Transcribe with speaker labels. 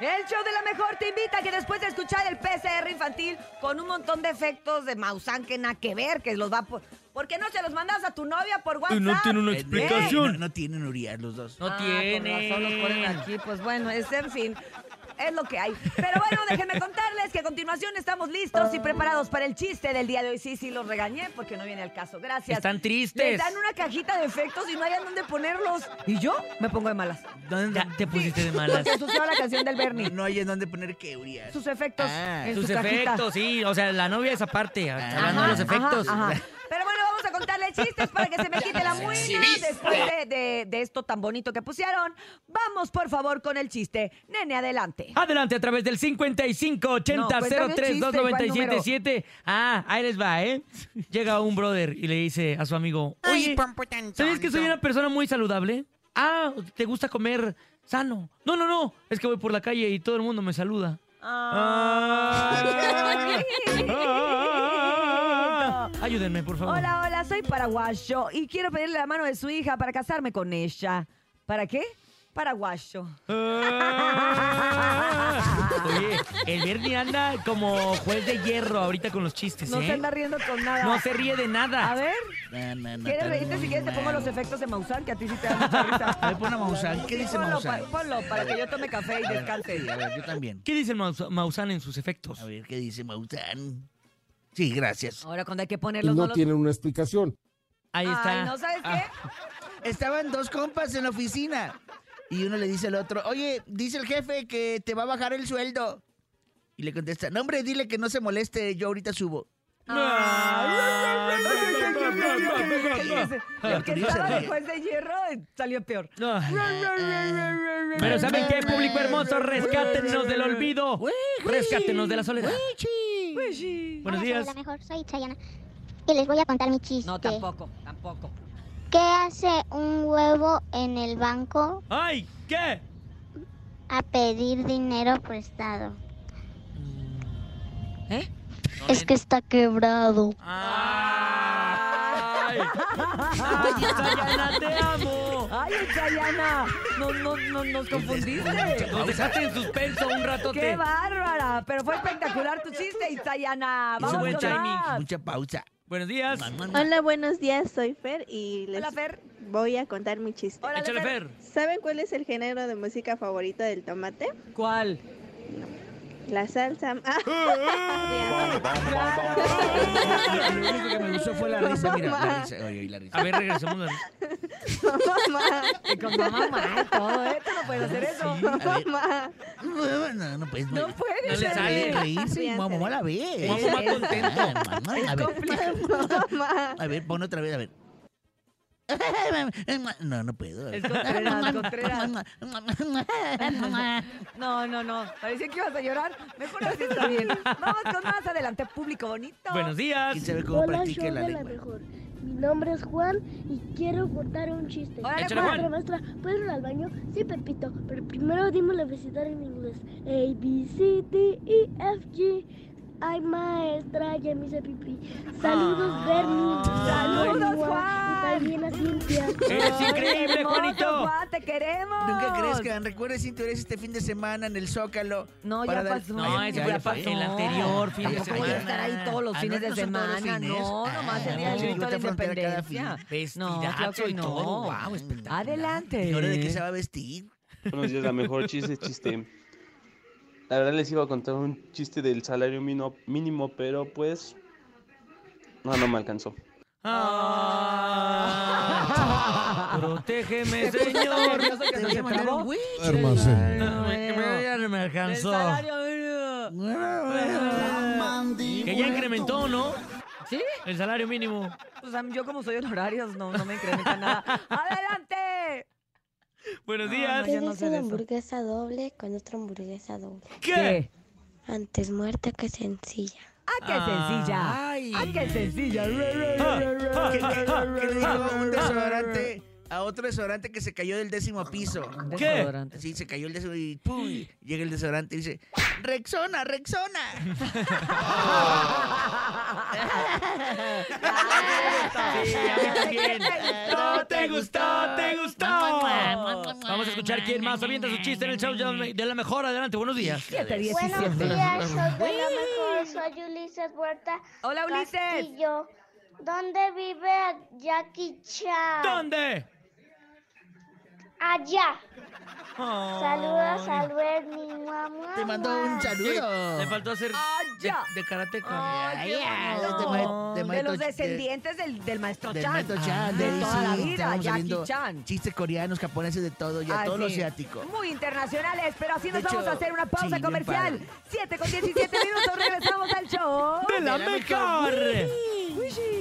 Speaker 1: El show de la mejor te invita a que después de escuchar el PCR infantil con un montón de efectos de Maussan que nada que ver, que los va por... ¿Por qué no se los mandas a tu novia por WhatsApp?
Speaker 2: Y no tiene una
Speaker 3: Eh,
Speaker 2: explicación.
Speaker 3: No, no tienen Urias los dos.
Speaker 1: Ah,
Speaker 2: No
Speaker 1: con
Speaker 2: tiene.
Speaker 1: razón los ponen aquí, pues bueno, es en fin. Es lo que hay. Pero bueno, déjenme contarles que a continuación estamos listos y preparados para el chiste del día de hoy. Sí, sí, los regañé porque no viene al caso. Gracias.
Speaker 2: Están
Speaker 1: Les
Speaker 2: tristes.
Speaker 1: dan una cajita de efectos y no hayan dónde ponerlos. Y yo me pongo de malas.
Speaker 3: ¿Dónde-
Speaker 2: Ya te pusiste de malas.
Speaker 1: Porque ensució la canción del Bernie.
Speaker 3: No hay en dónde poner qué, Urias.
Speaker 1: Sus efectos
Speaker 3: Ah,
Speaker 1: en
Speaker 2: Sus
Speaker 1: su cajita.
Speaker 2: efectos, sí. O sea, la novia es aparte. Hablando de los
Speaker 1: Ajá,
Speaker 2: efectos.
Speaker 1: ajá, ajá. Pero bueno, vamos a contarle chistes para que se me quite la muela después de, de- de esto tan bonito que pusieron. Vamos, por favor, con el chiste. Nene, adelante.
Speaker 2: Adelante a través del
Speaker 1: pues,
Speaker 2: 55 80
Speaker 1: No, cuéntame un chiste, ¿cuál
Speaker 2: 03 Ah, ahí les va, ¿eh? Llega un brother y le dice a su amigo,
Speaker 4: Ay,
Speaker 2: oye,
Speaker 4: pompo tan
Speaker 2: ¿sabes que soy
Speaker 4: tonto.
Speaker 2: una persona muy saludable? Ah, ¿te gusta comer sano? No, no, no, es que voy por la calle y todo el mundo me saluda. Ah. Ah. Ayúdenme, por favor.
Speaker 1: Hola, hola, soy paraguayo y quiero pedirle la mano de su hija para casarme con ella. ¿Para qué? Paraguayo.
Speaker 2: Ah. Oye, el Bernie anda como juez de hierro ahorita con los chistes,
Speaker 1: No se
Speaker 2: ¿eh?
Speaker 1: anda riendo con nada.
Speaker 2: No se ríe de nada.
Speaker 1: A ver,
Speaker 3: No, no, no,
Speaker 1: ¿quieres
Speaker 3: está
Speaker 1: reírte?
Speaker 3: muy
Speaker 1: Si quieres te pongo
Speaker 3: malo.
Speaker 1: los efectos de Maussan, que a ti sí te da mucha risa.
Speaker 3: A ver, pon a Maussan. ¿Qué
Speaker 1: Sí,
Speaker 3: dice
Speaker 1: ponlo,
Speaker 3: Maussan?
Speaker 1: pa- ponlo, para que yo tome café y descanse.
Speaker 3: Sí, a ver, yo también.
Speaker 2: ¿Qué dice el Maus- Maussan en sus efectos?
Speaker 3: A ver, ¿qué dice Maussan? Sí, gracias.
Speaker 1: Ahora cuando hay que
Speaker 5: y
Speaker 1: ponerlos
Speaker 5: no
Speaker 1: los-
Speaker 5: tienen una explicación.
Speaker 2: Ahí está. Ah.
Speaker 1: Ay, ¿no sabes
Speaker 3: Ah.
Speaker 1: qué?
Speaker 3: Estaban dos compas en la oficina. Y uno le dice al otro, oye, dice el jefe que te va a bajar el sueldo. Y le contesta, no hombre, dile que no se moleste, yo ahorita subo.
Speaker 1: El que
Speaker 3: Arturito se
Speaker 1: estaba
Speaker 3: ríe.
Speaker 1: después de hierro eh, salió peor.
Speaker 2: No. Pero ¿saben qué, público hermoso? Rescátenos del olvido. Rescátenos de la soledad. Buenos
Speaker 6: Hola,
Speaker 2: días.
Speaker 6: Soy la mejor, soy Chayana. Y les voy a contar mi chiste.
Speaker 1: No, tampoco, tampoco.
Speaker 6: ¿Qué hace un huevo en el banco
Speaker 2: ¡Ay! ¿Qué?
Speaker 6: a pedir dinero prestado?
Speaker 1: ¿Eh?
Speaker 6: Es que está quebrado.
Speaker 2: ¡Ay! ¡Ay,
Speaker 1: Pues
Speaker 2: Sayana, te amo!
Speaker 1: Ay, Chayana, no, no, no,
Speaker 2: Este,
Speaker 1: nos confundiste.
Speaker 2: Nos dejaste en suspenso un
Speaker 1: ¡Qué
Speaker 2: ratote.
Speaker 1: bárbara! Pero fue espectacular tu chiste, Itzayana.
Speaker 2: Hizo
Speaker 1: Vamos
Speaker 2: buen
Speaker 1: con
Speaker 2: timing,
Speaker 1: más.
Speaker 3: Mucha pausa.
Speaker 2: Buenos días.
Speaker 7: Hola, buenos días, soy Fer y les
Speaker 1: Hola, Fer.
Speaker 7: voy a contar mi chiste.
Speaker 1: Órale,
Speaker 2: Échale, Fer.
Speaker 7: ¿Saben cuál es el género de música favorito del tomate?
Speaker 1: ¿Cuál?
Speaker 7: La salsa. Ah,
Speaker 3: Lo único que me gustó fue la risa, mira, la risa. Oye, oye, la risa.
Speaker 2: A ver, regresemos. a-
Speaker 7: mamá,
Speaker 1: Y Con mamá, mamá, y todo, ¿eh? Tú no puedes hacer
Speaker 2: Ah,
Speaker 1: eso.
Speaker 3: Sí, a ver.
Speaker 7: mamá.
Speaker 3: No, no, pues,
Speaker 1: No puedes.
Speaker 2: No le
Speaker 3: Se
Speaker 2: sale.
Speaker 3: sale reírse y mamá mamá a la vez.
Speaker 2: Mamá, mamá, contento.
Speaker 3: Ah, mamá, a ver. A ver, pon otra vez, a ver. No, no puedo. a
Speaker 1: Es
Speaker 3: ver.
Speaker 1: Contreras, Contreras.
Speaker 3: Hola,
Speaker 1: No, no, no. Parecía que ibas a llorar. Mejor así está bien. Vamos con más adelante, público bonito.
Speaker 2: Buenos días.
Speaker 3: ¿Quién sabe cómo practique
Speaker 8: show
Speaker 3: la
Speaker 8: de la
Speaker 3: lengua?
Speaker 8: mejor. Mi nombre es Juan y quiero contar un chiste.
Speaker 1: Órale,
Speaker 2: Échale, Juan.
Speaker 8: Maestra, maestra, ¿puedo ir al baño? Sí, Pepito, pero primero dime la visitar en inglés. A, B, C, D, E, F, G. Ay, maestra, ya me hice pipí. Saludos, Bernie.
Speaker 1: Ah. Saludos, Juan.
Speaker 8: Y también a Cintia.
Speaker 2: Eres
Speaker 1: Ay,
Speaker 2: increíble,
Speaker 1: hermoso,
Speaker 2: Juanito.
Speaker 1: Juan, te queremos.
Speaker 3: Nunca crezcan. Recuerden si tú eres este fin de semana en el Zócalo.
Speaker 1: No, ya
Speaker 3: para dar-
Speaker 1: pasó.
Speaker 2: No,
Speaker 3: Ay,
Speaker 2: ese
Speaker 3: ya,
Speaker 2: fue
Speaker 3: ya
Speaker 2: apa-
Speaker 3: pasó.
Speaker 2: el anterior fin de
Speaker 3: Tampoco
Speaker 1: Tampoco voy a
Speaker 2: semana.
Speaker 1: estar ahí todos los
Speaker 3: Ah,
Speaker 1: fines
Speaker 3: no,
Speaker 1: de
Speaker 3: no son todos los
Speaker 1: semana.
Speaker 3: fines.
Speaker 1: No, pues,
Speaker 3: Ah,
Speaker 1: nomás el día
Speaker 3: no,
Speaker 1: del grito
Speaker 3: yo
Speaker 1: de
Speaker 3: te frontera cada
Speaker 1: independencia. No, claro
Speaker 2: Vestidazo
Speaker 1: que
Speaker 2: y
Speaker 1: no.
Speaker 2: todo. Guau, espectacular.
Speaker 1: Adelante.
Speaker 3: ¿Y ahora de qué se va a vestir?
Speaker 9: Buenos días, la mejor chiste, chiste. La verdad les iba a contar un chiste del salario mino- mínimo, pero pues... No, no me alcanzó.
Speaker 2: Ah, protégeme,
Speaker 1: Se puso tan
Speaker 2: señor.
Speaker 1: nervioso que
Speaker 3: Te
Speaker 1: no
Speaker 3: voy
Speaker 1: se
Speaker 3: a mandar un
Speaker 1: trabó.
Speaker 3: güey.
Speaker 5: Duérmase.
Speaker 2: No, me- me- ya no me
Speaker 1: El
Speaker 2: alcanzó.
Speaker 1: salario mínimo.
Speaker 2: Que ya incrementó, ¿no?
Speaker 1: ¿Sí?
Speaker 2: El salario mínimo.
Speaker 1: O sea, yo como soy honorarios, no, no me incrementa nada. ¡Adelante!
Speaker 2: Buenos
Speaker 1: No,
Speaker 2: días.
Speaker 1: no, yo no sé de eso.
Speaker 8: hamburguesa doble con otra hamburguesa doble.
Speaker 1: ¿Qué?
Speaker 8: Antes muerta que sencilla.
Speaker 1: ¡Ah, qué sencilla!
Speaker 3: Ay.
Speaker 1: ¡Ah, qué sencilla!
Speaker 3: Que- que- que le digo un desodorante a otro desodorante que se cayó del décimo piso.
Speaker 2: ¿Qué?
Speaker 1: Desodorante.
Speaker 3: Sí, se cayó el desodorante y ¡pum! Llega el desodorante y dice, ¡Rexona, Rexona!
Speaker 1: Ah. Ah,
Speaker 2: Sí, a mí también. No, te gustó, te gustó. Vamos a escuchar quién más avienta su chiste en el show de la mejor. Adelante, buenos días.
Speaker 1: 717.
Speaker 6: Buenos días, soy de la mejor, soy Ulises Huerta.
Speaker 1: Hola, Ulises.
Speaker 6: Castillo. ¿Dónde vive Jackie Chan?
Speaker 2: ¿Dónde?
Speaker 6: Allá.
Speaker 2: Ay.
Speaker 6: Saludos a Bernie, mamá.
Speaker 3: Te mando un saludo.
Speaker 2: Le faltó hacer de,
Speaker 1: ¡Allá!
Speaker 2: de karateca.
Speaker 1: Ay, qué
Speaker 3: ay,
Speaker 1: bonito.
Speaker 3: de ma- de
Speaker 1: de
Speaker 3: maestro
Speaker 1: los
Speaker 3: Ch- de-
Speaker 1: descendientes del, del maestro
Speaker 3: Del
Speaker 1: Chan.
Speaker 3: Maestro Chan,
Speaker 1: de
Speaker 3: ahí
Speaker 1: toda la
Speaker 3: sí,
Speaker 1: vida,
Speaker 3: estábamos
Speaker 1: Jackie
Speaker 3: viendo
Speaker 1: Chan.
Speaker 3: Chistes coreanos, japoneses, de todo, ya todo lo
Speaker 1: Así.
Speaker 3: asiático.
Speaker 1: Muy internacionales, pero así nos
Speaker 3: De hecho,
Speaker 1: vamos a hacer una pausa
Speaker 3: sí, bien
Speaker 1: comercial.
Speaker 3: padre.
Speaker 1: 7 con 17 minutos, regresamos al show.
Speaker 2: ¡De la mejor!
Speaker 1: Uy, sí.